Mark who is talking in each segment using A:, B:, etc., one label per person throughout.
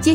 A: 接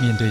B: 面对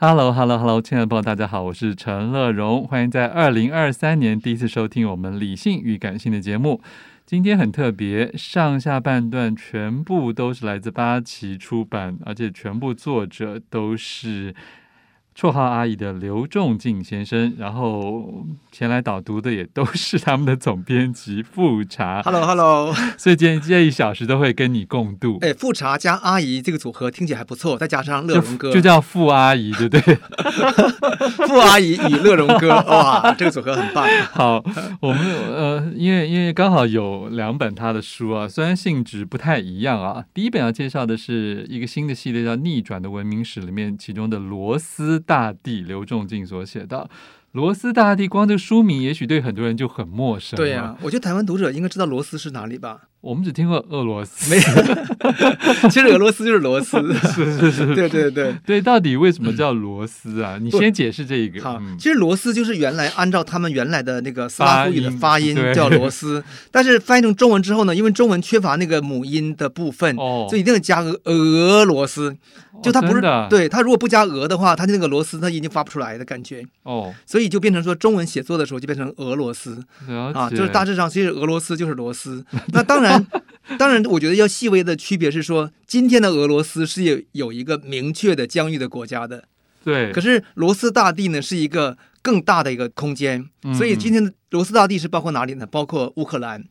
B: h e l l o h e l l o h e l l o 亲爱的朋友，大家好，我是陈乐荣，欢迎在二零二三年第一次收听我们《理性与感性》的节目。今天很特别，上下半段全部都是来自八旗出版，而且全部作者都是绰号阿姨的刘仲敬先生，然后前来导读的也都是他们的总编辑富察，
C: Hello，Hello，
B: 所以今天这一小时都会跟你共度。
C: 哎，富察加阿姨这个组合听起来还不错，再加上乐
B: 就
C: 荣哥，
B: 就叫富阿姨，对不对？
C: 富阿姨与乐荣哥，哇，这个组合很棒。啊
B: 好，我们呃，因为因为刚好有两本他的书啊，虽然性质不太一样啊。第一本要介绍的是一个新的系列，叫《逆转的文明史》，里面其中的罗斯大帝刘仲敬所写的。罗斯大帝，光这个书名，也许 对很多人就很陌生。啊
C: 对呀、，我觉得台湾读者应该知道罗斯是哪里吧？
B: 我们只听过俄罗斯，
C: 没， 其实俄罗斯就是罗斯。
B: 是是是，
C: 对对对，
B: 对，到底为什么叫罗斯啊？你先解释这个。
C: 好，
B: 嗯
C: 其实罗斯就是原来按照他们原来的那个斯拉夫语的
B: 发
C: 发
B: 音
C: 音
B: 对
C: 叫罗斯，但是翻译成中文之后呢，因为中文缺乏那个母音的部分，
B: 哦，
C: 所以一定要加个俄罗斯。就它不
B: 哦
C: 是、
B: 真的
C: 对它如果不加俄的话，它那个罗斯它已经发不出来的感觉。
B: 哦，
C: 所以就变成说中文写作的时候就变成俄罗斯
B: 了解，
C: 啊，就是大致上其实俄罗斯就是罗斯。 那当然，当然，我觉得要细微的区别是说，今天的俄罗斯是有有一个明确的疆域的国家的，
B: 对，
C: 可是罗斯大地呢是一个更大的一个空间，
B: 嗯
C: 所以今天的罗斯大地是包括哪里呢？包括乌克兰，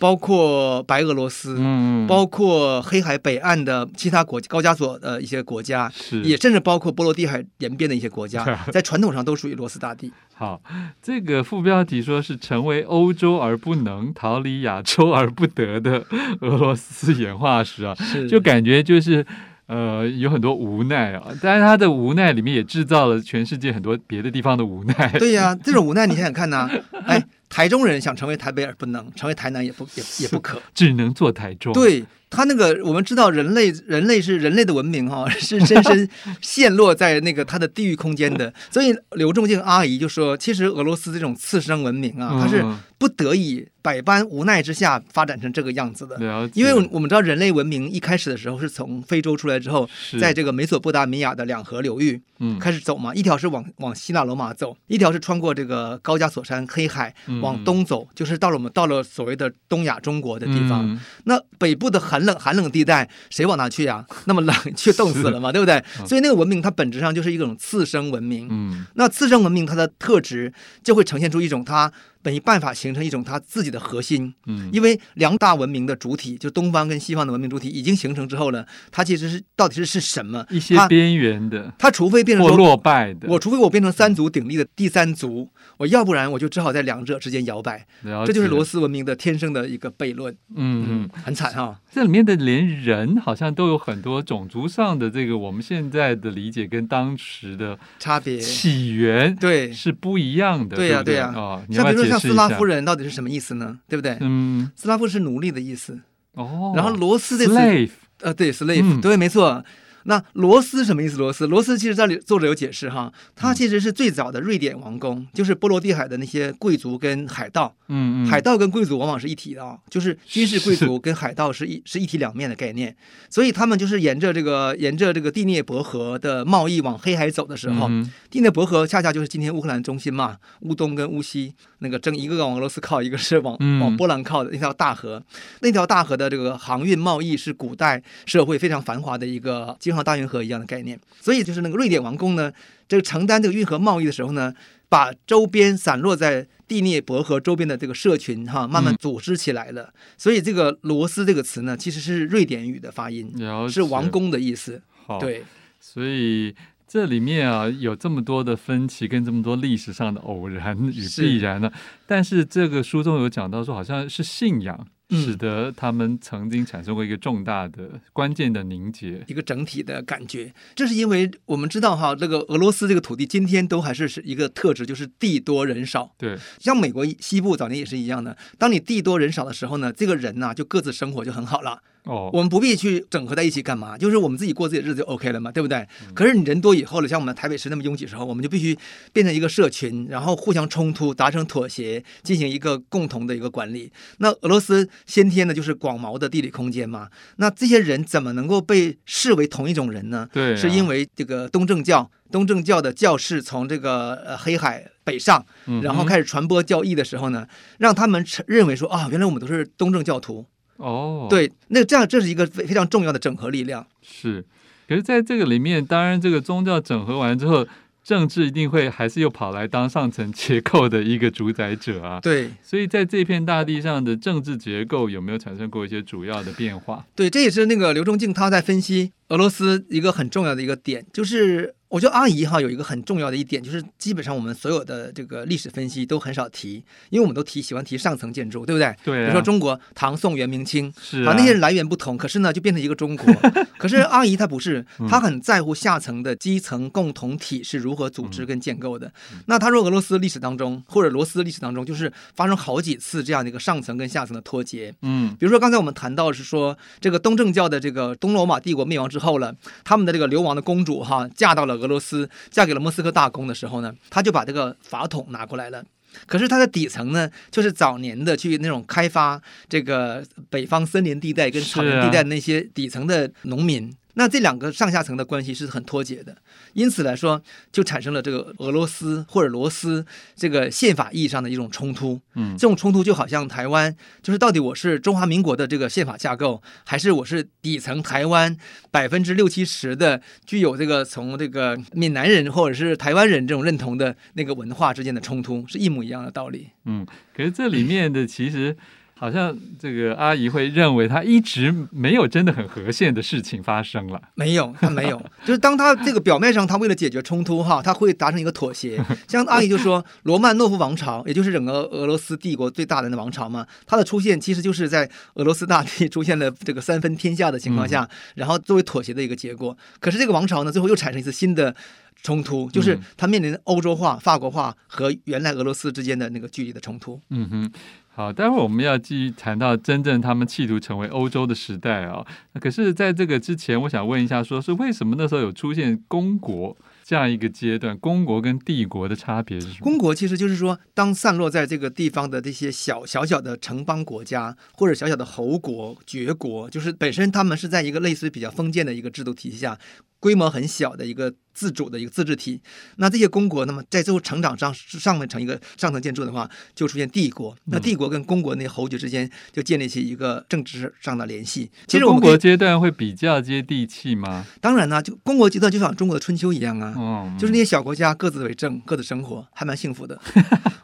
C: 包括白俄罗斯。
B: 嗯，嗯
C: 包括黑海北岸的其他国高加索呃一些国家，
B: 是
C: 也甚至包括波罗的海沿边的一些国家， 在传统上都属于罗斯大地。
B: 好，这个副标题说是成为欧洲而不能，逃离亚洲而不得的俄罗斯演化史啊，
C: 是
B: 就感觉就是。呃，有很多无奈啊，但是他的无奈里面也制造了全世界很多别的地方的无奈。
C: 对呀、这种无奈你想想看呐、 哎，台中人想成为台北而不能，成为台南也不也也不可。
B: 只能做台中。，
C: 对他那个，我们知道人类人类是人类的文明哈、 是深 深陷落在那个它的地域空间的。所以刘仲敬阿姨就说，其实俄罗斯这种次生文明啊，它是
B: 嗯
C: 不得已百般无奈之下发展成这个样子的。
B: 了解，
C: 因为我们知道，人类文明一开始的时候是从非洲出来之后，
B: 是
C: 在这个美索不达米亚的两河流域，
B: 嗯
C: 开始走嘛，一条是往往希腊罗马走，一条是穿过这个高加索山、黑海
B: 嗯
C: 往东走，就是到了我们到了所谓的东亚中国的地方。
B: 嗯
C: 那北部的寒冷寒冷地带，谁往哪去呀、那么冷，却冻死了 嘛，对不对？所以那个文明它本质上就是一种次生文明。
B: 嗯，
C: 那次生文明它的特质就会呈现出一种它没办法形成一种它自己的核心，
B: 嗯
C: 因为两大文明的主体，就东方跟西方的文明主体已经形成之后呢，它其实是到底是是什么？
B: 一些
C: 它
B: 边缘的
C: 它除非变成
B: 或
C: 说
B: 落败的，
C: 我除非我变成三足鼎立的第三足，我要不然我就只好在两者之间摇摆。
B: 了
C: 这就是
B: 解
C: 罗。斯文明的天生的一个悖论，
B: 嗯嗯，
C: 很惨啊哈、
B: 这里面的连人好像都有很多种族上的这个我们现在的理解跟当时的
C: 差别。
B: 起源
C: 对，
B: 是不一样的。
C: 对
B: 呀、
C: 呀
B: 对
C: 对呀
B: 哦，你要
C: 像
B: 不
C: 比
B: 要
C: 如说像
B: 解释
C: 斯
B: 一
C: 拉
B: 下
C: 夫，人到底是什么意思呢？对不对？
B: 嗯，
C: 斯拉夫是奴隶的意思，
B: 哦，
C: 然后罗斯这词
B: slave
C: 呃，对，slave，、
B: 嗯
C: 对，没错。那罗斯什么意思？罗斯，罗斯其实这里作者有解释哈，
B: 嗯
C: 他其实是最早的瑞典王公，就是波罗的海的那些贵族跟海盗，
B: 嗯嗯，
C: 海盗跟贵族往往是一体的啊，就是军事贵族跟海盗是一 是一体两面的概念，所以他们就是沿着这个沿着这个第聂伯河的贸易往黑海走的时哦候，
B: 嗯
C: 第聂伯河恰恰就是今天乌克兰中心嘛，乌东跟乌西那个正一个往俄罗斯靠，一个是往
B: 嗯
C: 往波兰靠的那条大河，那条大河的这个航运贸易是古代社会非常繁华的一个，就像大运河一样的概念。所以就是那个瑞典王宫呢，这个承担这个运河贸易的时候呢，把周边散落在第聂伯河周边的这个社群哈，慢慢
B: 嗯
C: 组织起来了。所以这个“罗斯”这个词呢，其实是瑞典语的发音，
B: 嗯了解
C: 是王，宫的意思。
B: 好，
C: 对，
B: 所以这里面啊有这么多的分歧，跟这么多历史上的偶然与
C: 是
B: 必然呢、但是这个书中有讲到说，好像是信仰
C: 嗯
B: 使得他们曾经产生过一个重大的、关键的凝结。
C: 一个整体的感觉。这是因为我们知道哈，这个俄罗斯这个土地今天都还是是一个特质，就是地多人少。
B: 对，
C: 像美国西部早年也是一样的，当你地多人少的时候呢，这个人呐、就各自生活就很好了，
B: 哦，
C: 我们不必去整合在一起干嘛，就是我们自己过自己的日子就 OK 了嘛，对不对？
B: 嗯
C: 可是你人多以后了，像我们台北市那么拥挤的时候，我们就必须变成一个社群，然后互相冲突，达成妥协，进行一个共同的一个管理。那俄罗斯先天呢就是广袤的地理空间嘛，那这些人怎么能够被视为同一种人呢？
B: 对啊、
C: 是因为这个东正教，东正教的教士从这个呃黑海北上，
B: 嗯
C: 然后开始传播教义的时候呢，让他们承认为说啊，原来我们都是东正教徒。
B: 哦，，
C: 对，那这样这是一个非非常重要的整合力量。
B: 是。可是，在这个里面，当然这个宗教整合完之后，政治一定会还是又跑来当上层结构的一个主宰者啊。
C: 对
B: 所以，在这片大地上的政治结构有没有产生过一些主要的变化？
C: 对，这也是那个刘仲敬他在分析俄罗斯一个很重要的一个点，就是我觉得阿姨哈有一个很重要的一点，就是基本上我们所有的这个历史分析都很少提，因为我们都提喜欢提上层建筑，对不对？
B: 对、啊，
C: 比如说中国唐宋元明清，
B: 是
C: 啊，
B: 啊，
C: 那些人来源不同，可是呢，就变成一个中国。可是阿姨她不是，她很在乎下层的基层共同体是如何组织跟建构的。那她说俄罗斯历史当中，或者罗斯历史当中，就是发生好几次这样的一个上层跟下层的脱节。
B: 嗯，
C: 比如说，刚才我们谈到是说，这个东正教的这个东罗马帝国灭亡之后了，他们的这个流亡的公主哈，嫁到了俄罗斯，嫁给了莫斯科大公的时候呢，她就把这个法统拿过来了。可是它的底层呢，就是早年的去那种开发这个北方森林地带跟草原地带的那些底层的农民。那这两个上下层的关系是很脱节的，因此来说，就产生了这个俄罗斯或者罗斯这个宪法意义上的一种冲突。
B: 嗯
C: 这种冲突就好像台湾，就是到底我是中华民国的这个宪法架构，还是我是底层台湾百分之六七十的具有这个从这个闽南人或者是台湾人这种认同的那个文化之间的冲突，是一模一样的道理。
B: 嗯可是这里面的其实好像这个阿姨会认为她一直没有真的很和谐的事情发生了。
C: 没有，他没有， 就是当他这个表面上，他为了解决冲突哈，他会达成一个妥协。像阿姨就说，罗曼诺夫王朝，也就是整个俄罗斯帝国最大的那王朝嘛，它的出现其实就是在俄罗斯大地出现了这个三分天下的情况下，然后作为妥协的一个结果。可是这个王朝呢，最后又产生一次新的。冲突就是它面临欧洲化、法国化和原来俄罗斯之间的那个距离的冲突。
B: 嗯哼，好，待会儿我们要继续谈到真正他们企图成为欧洲的时代啊、那可是，在这个之前，我想问一下，说是为什么那时候有出现公国这样一个阶段？公国跟帝国的差别是什么？
C: 公国其实就是说，当散落在这个地方的这些小小小的城邦国家，或者小小的侯国、爵国，就是本身他们是在一个类似于比较封建的一个制度体系下，规模很小的一个自主的一个自治体。那这些公国，那么在最后成长上上面成一个上层建筑的话，就出现帝国。那帝国跟公国那侯爵之间就建立起一个政治上的联系。其实我们
B: 公
C: 可
B: 国
C: 以
B: 阶段会比较接地气吗？
C: 当然呢、就公国阶段就像中国的春秋一样啊，
B: 嗯，
C: 就是那些小国家各自为政，各自生活，还蛮幸福的。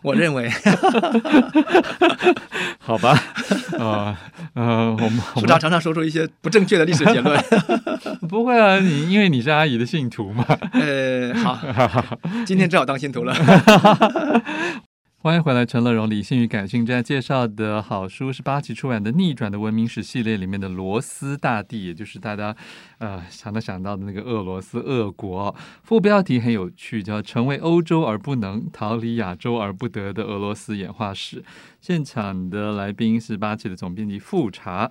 C: 我认为，
B: 好吧，呃呃，我们我
C: 署长
B: 们
C: 常常说出一些不正确的历史结论。
B: 不会啊，你因为你是阿姨的信徒嘛。
C: 呃，好，今天只好当信徒了。
B: 欢迎回来，陈乐荣《理性与感性》正在介绍的好书是八旗出版的《逆转的文明史》系列里面的罗斯大帝，也就是大家呃想到想到的那个俄罗斯俄国。副标题很有趣，叫“成为欧洲而不能，逃离亚洲而不得的俄罗斯演化史”。现场的来宾是八旗的总编辑富察。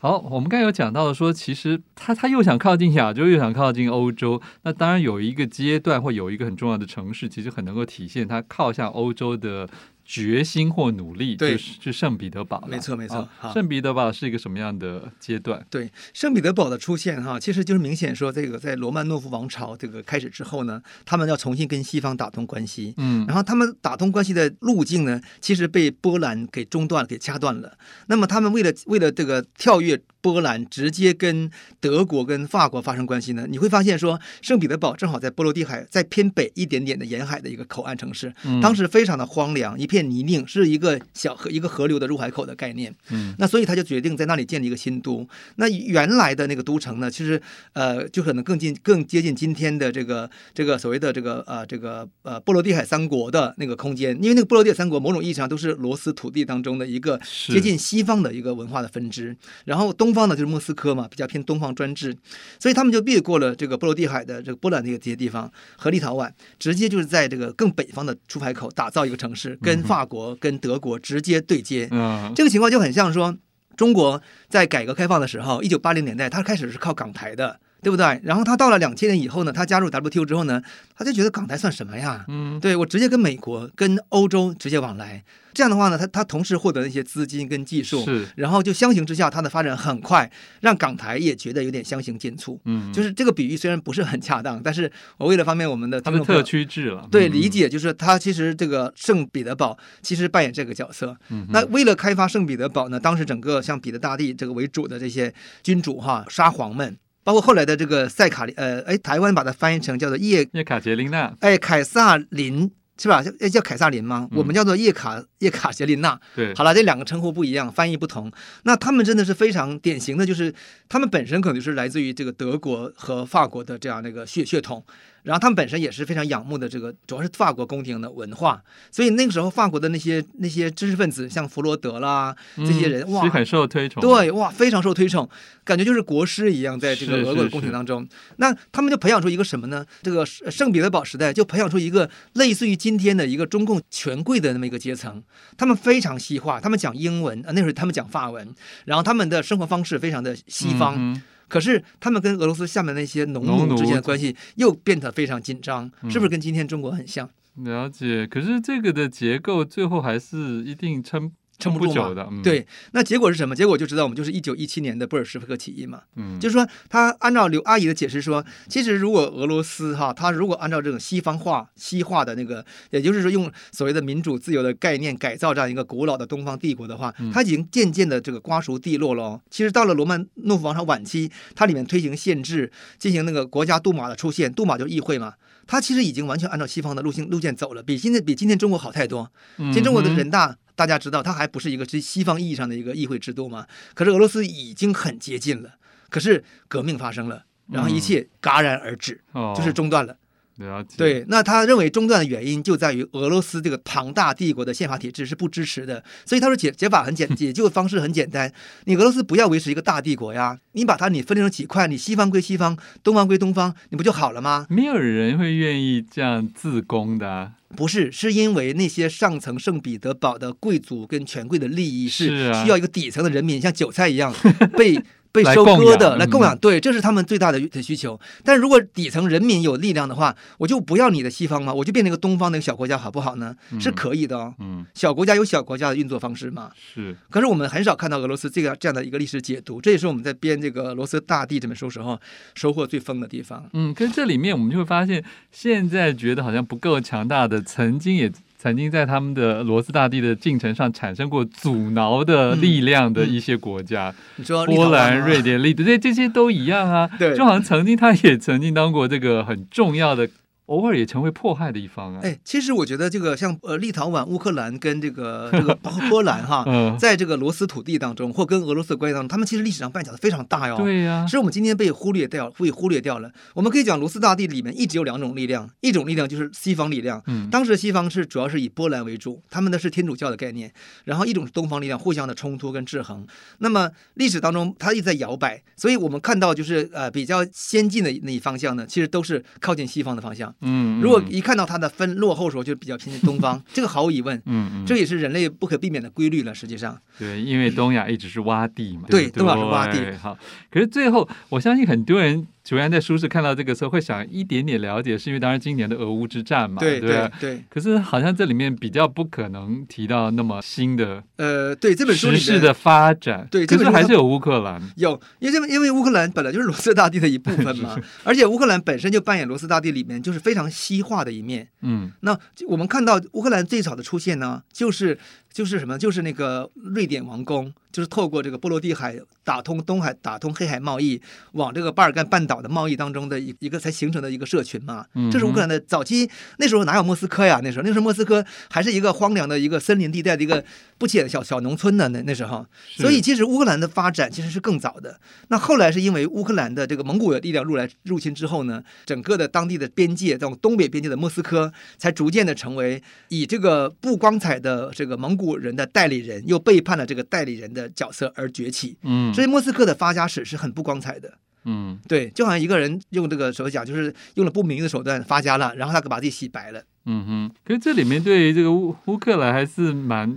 B: 好，我们刚才有讲到说，其实他他又想靠近亚洲，又想靠近欧洲。那当然有一个阶段或有一个很重要的城市，其实很能够体现他靠向欧洲的决心或努力，
C: 对
B: 就是就圣彼得堡啦。
C: 没错没错
B: 啊
C: 好
B: 圣彼得堡是一个什么样的阶段？
C: 对圣彼得堡的出现哈，其实就是明显说，这个在罗曼诺夫王朝这个开始之后呢，他们要重新跟西方打通关系。
B: 嗯
C: 然后他们打通关系的路径呢，其实被波兰给中断、给掐断了。那么他们为了为了这个跳跃波兰，直接跟德国、跟法国发生关系呢，你会发现说，圣彼得堡正好在波罗的海在偏北一点点的沿海的一个口岸城市，
B: 嗯
C: 当时非常的荒凉，一片泥泞，是一个小河、一个河流的入海口的概念。
B: 嗯
C: 那所以他就决定在那里建立一个新都。那原来的那个都城呢，其实呃，就可能更近、更接近今天的这个这个所谓的这个呃这个呃波罗的海三国的那个空间，因为那个波罗的海三国某种意义上都是罗斯土地当中的一个
B: 是
C: 接近西方的一个文化的分支。然后东方呢就是莫斯科嘛，比较偏东方专制，所以他们就越过了这个波罗的海的这个波兰的一个这些地方和立陶宛，直接就是在这个更北方的出海口打造一个城市，跟法国、跟德国直接对接。
B: 嗯
C: 这个情况就很像说，中国在改革开放的时候，一九八零年代，它开始是靠港台的，对不对？然后它到了两千年以后呢，它加入 WTO 之后呢，他就觉得港台算什么呀？
B: 嗯
C: 对我直接跟美国、跟欧洲直接往来，这样的话呢，他他同时获得了一些资金跟技术，
B: 是
C: 然后就相形之下，它的发展很快，让港台也觉得有点相形见绌。
B: 嗯，
C: 就是这个比喻虽然不是很恰当，但是我为了方便我们的
B: 他
C: 听
B: 们
C: 众朋友
B: 特区制了。
C: 对
B: 嗯
C: 理。解，就是他其实这个圣彼得堡其实扮演这个角色。
B: 嗯哼
C: 那为了开发圣彼得堡呢，当时整个像彼得大帝这个为主的这些君主哈，沙皇们，包括后来的这个塞卡利，呃，哎，台湾把它翻译成叫做叶，
B: 叶卡捷琳娜，
C: 哎，凯撒林是吧？叫哎叫凯撒林吗？
B: 嗯
C: 我们叫做叶卡叶卡捷琳娜。
B: 对，
C: 好了，这两个称呼不一样，翻译不同。那他们真的是非常典型的，就是他们本身可能就是来自于这个德国和法国的这样的一个血血统，然后他们本身也是非常仰慕的这个，主要是法国宫廷的文化。所以那个时候，法国的那些那些知识分子，像弗罗德啦这些人，
B: 嗯
C: 哇
B: 是，很受推崇。，
C: 对，哇，非常受推崇，感觉就是国师一样，在这个
B: 是
C: 俄国
B: 是
C: 的宫廷
B: 是
C: 当中。那他们就培养出一个什么呢？这个圣圣彼得堡时代就培养出一个类似于今天的一个中共权贵的那么一个阶层。他们非常西化，他们讲英文，啊，那时候他们讲法文，然后他们的生活方式非常的西方。
B: 嗯哼
C: 可是他们跟俄罗斯下面那些农
B: 农
C: 奴之
B: 奴嗯
C: 间的关系又变得非常紧张，是不是跟今天中国很像？
B: 了解，可是这个的结构最后还是一定撑
C: 撑不
B: 不
C: 住嘛
B: 久的，嗯，，
C: 对，那结果是什么？结果就知道我们就是一九一七年的布尔什维克起义嘛。
B: 嗯，
C: 就是说，他按照刘阿姨的解释说，其实如果俄罗斯哈，他如果按照这种西方化、西化的那个，也就是说用所谓的民主自由的概念改造这样一个古老的东方帝国的话
B: 嗯，
C: 它已经渐渐的这个瓜熟蒂落了哦。其实到了罗曼诺夫王朝晚期，它里面推行宪制，进行那个国家杜马的出现，杜马就是议会嘛。它其实已经完全按照西方的路线路线走了，比今天比今天中国好太多。
B: 嗯
C: 其实中国的
B: 哼
C: 人大，大家知道，它还不是一个西西方意义上的一个议会制度嘛。可是俄罗斯已经很接近了，可是革命发生了，然后一切戛然而止，
B: 哦，
C: 就是中断了。
B: 了解，，
C: 对，那他认为中断的原因就在于俄罗斯这个庞大帝国的宪法体制是不支持的，所以他说解解法很 简，解救方式很简单，你俄罗斯不要维持一个大帝国呀，你把它你分裂成几块，你西方归西方，东方归东方，你不就好了吗？
B: 没有人会愿意这样自宫的啊，
C: 不是，是因为那些上层圣彼得堡的贵族跟权贵的利益
B: 是
C: 是
B: 啊
C: 需要一个底层的人民像韭菜一 样被。被
B: 来
C: 收
B: 供
C: 割
B: 养
C: 的来供
B: 嗯
C: 养，对，这是他们最大的的需求。但如果底层人民有力量的话，我就不要你的西方嘛，我就变成一个东方的一个小国家，好不好呢？是
B: 嗯
C: 可以的哦。
B: 嗯，
C: 小国家有小国家的运作方式嘛。
B: 是，
C: 可是我们很少看到俄罗斯这个这样的一个历史解读，这也是我们在编这个《罗斯大帝》这本书时候收获最丰的地方。
B: 嗯，可是这里面我们就会发现，现在觉得好像不够强大的，曾经也曾经在他们的罗斯大帝的进程上产生过阻挠的力量
C: 嗯
B: 的一些国家，
C: 你说哦立
B: 波
C: 陶宛啊
B: 兰、
C: 吗
B: 瑞典、立德，对这些都一样啊。
C: 对
B: 就好像曾经他也曾经当过这个很重要的，偶尔也成为迫害的一方啊。
C: 哎，其实我觉得这个像呃立陶宛、乌克兰跟这个这个包括波兰哈，
B: 嗯，
C: 哎在这个罗斯土地当中或跟俄罗斯的关系当中，他们其实历史上绊脚的非常大哟。。
B: 对啊呀、
C: 是我们今天被忽略掉，被忽略掉了。我们可以讲，罗斯大帝里面一直有两种力量，一种力量就是西方力量，
B: 嗯，
C: 当时西方是主要是以波兰为主，他们的是天主教的概念，然后一种是东方力量互相的冲突跟制衡。那么历史当中它一直在摇摆，所以我们看到就是呃比较先进的那一方向呢，其实都是靠近西方的方向。
B: 嗯，嗯
C: 如果一看到它的分落后时候，就比较偏向东 方，这个毫无疑问，
B: 嗯嗯，
C: 这也是人类不可避免的规律了。实际上，
B: 对，因为东亚一直是洼地嘛，
C: 对
B: 不
C: 东亚是洼地
B: 对好，可是最后，我相信很多人主要在书市看到这个时候会想一点点了解，是因为当然今年的俄乌之战嘛，
C: 对
B: 嗯对吧
C: 对对，
B: 可是好像这里面比较不可能提到那么新的
C: 呃，对这本书
B: 时
C: 里
B: 事
C: 面
B: 的发展，
C: 对这
B: 可
C: 本
B: 是
C: 书
B: 还
C: 它
B: 是有乌克兰，
C: 有，因为这因为乌克兰本来就是罗斯大帝的一部分 嘛，而且乌克兰本身就扮演罗斯大帝里面就是非常西化的一面。
B: 嗯
C: 那我们看到乌克兰最早的出现呢，就是就是什么？就是那个瑞典王宫，就是透过这个波罗的海打通东海、打通黑海贸易，往这个巴尔干半岛的贸易当中的一一个才形成的一个社群嘛。
B: 嗯
C: 这是乌克兰的早期，那时候哪有莫斯科呀？那时候那时候莫斯科还是一个荒凉的一个森林地带的一个不起眼的小小农村呢。那那时候，
B: 是
C: 所以其实乌克兰的发展其实是更早的。那后来是因为乌克兰的这个蒙古的力量入来入侵之后呢，整个的当地的边界，到东北边界的莫斯科，才逐渐的成为以这个不光彩的这个蒙古人的代理人，又背叛了这个代理人的角色而崛起。
B: 嗯，
C: 所以莫斯科的发家史是很不光彩的。
B: 嗯
C: 对，就好像一个人用这个手讲，就是用了不明的手段发家了，然后他把自己洗白了。
B: 嗯哼，可是这里面对于这个乌乌克兰还是蛮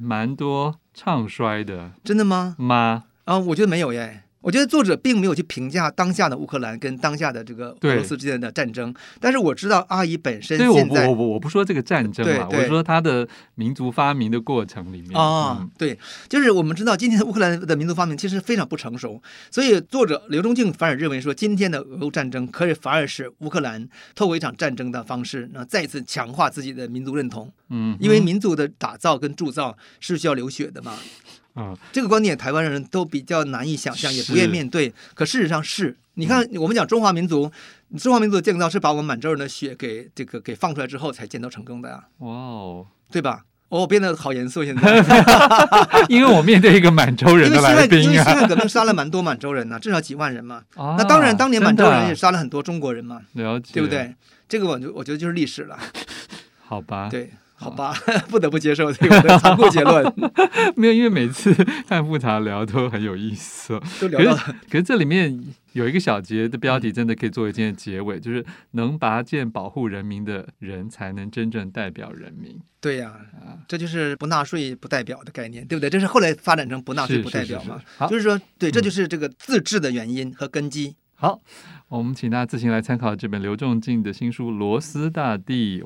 B: 蛮多唱衰的
C: 真的吗？
B: 吗？
C: 啊、我觉得没有耶。我觉得作者并没有去评价当下的乌克兰跟当下的这个俄
B: 对
C: 罗斯之间的战争，但是我知道阿姨本身
B: 对，我
C: 现
B: 不我
C: 在
B: 不我不说这个战争
C: 对
B: 嘛，
C: 对
B: 我说它的民族发明的过程里面
C: 啊、
B: 嗯
C: 对，就是我们知道今天的乌克兰的民族发明其实非常不成熟，所以作者刘忠敬反而认为说，今天的俄乌战争可以反而使乌克兰透过一场战争的方式，那再一次强化自己的民族认同，
B: 嗯，
C: 因为民族的打造跟铸造是需要流血的嘛。
B: 嗯
C: 这个观点台湾人都比较难以想象，也
B: 是
C: 不愿面对。可事实上是，你看，我们讲中华民族，中华民族的建造是把我们满洲人的血给这个给放出来之后才建造成功的啊，
B: 哇哦，
C: 对吧？哦，我变得好严肃现在，
B: 因为我面对一个满洲人
C: 因为
B: 的
C: 辛
B: 来
C: 亥因为
B: 宾
C: 辛
B: 啊，
C: 亥革命杀了蛮多满洲人呐、至 少几万人嘛。
B: 啊
C: 那当然，当年满
B: 真的
C: 洲人
B: 啊
C: 也杀了很多中国人嘛，
B: 了解，
C: 对不？对？这个我就我觉得就是历史 了，
B: 好吧，
C: 对。好吧， 不得不接受这个我的残酷结论，
B: 没有，因为每次 看复查聊都很有意思哦。
C: 都聊
B: 可是
C: 到，
B: 可是这里面有一个小节的标题，真的可以做一件结尾，就是能拔剑保护人民的人，才能真正代表人民
C: 对呀、
B: 啊。
C: 这就是不纳税不代表的概念，对不对？这是后来发展成不纳税
B: 是
C: 不
B: 是
C: 代
B: 是
C: 表
B: 是
C: 嘛？
B: 好
C: 就是说，对，这
B: 嗯
C: 就是这个自治的原因和根基。
B: 好，我们请大家自行来参考这本刘仲敬的新书《罗斯大帝》。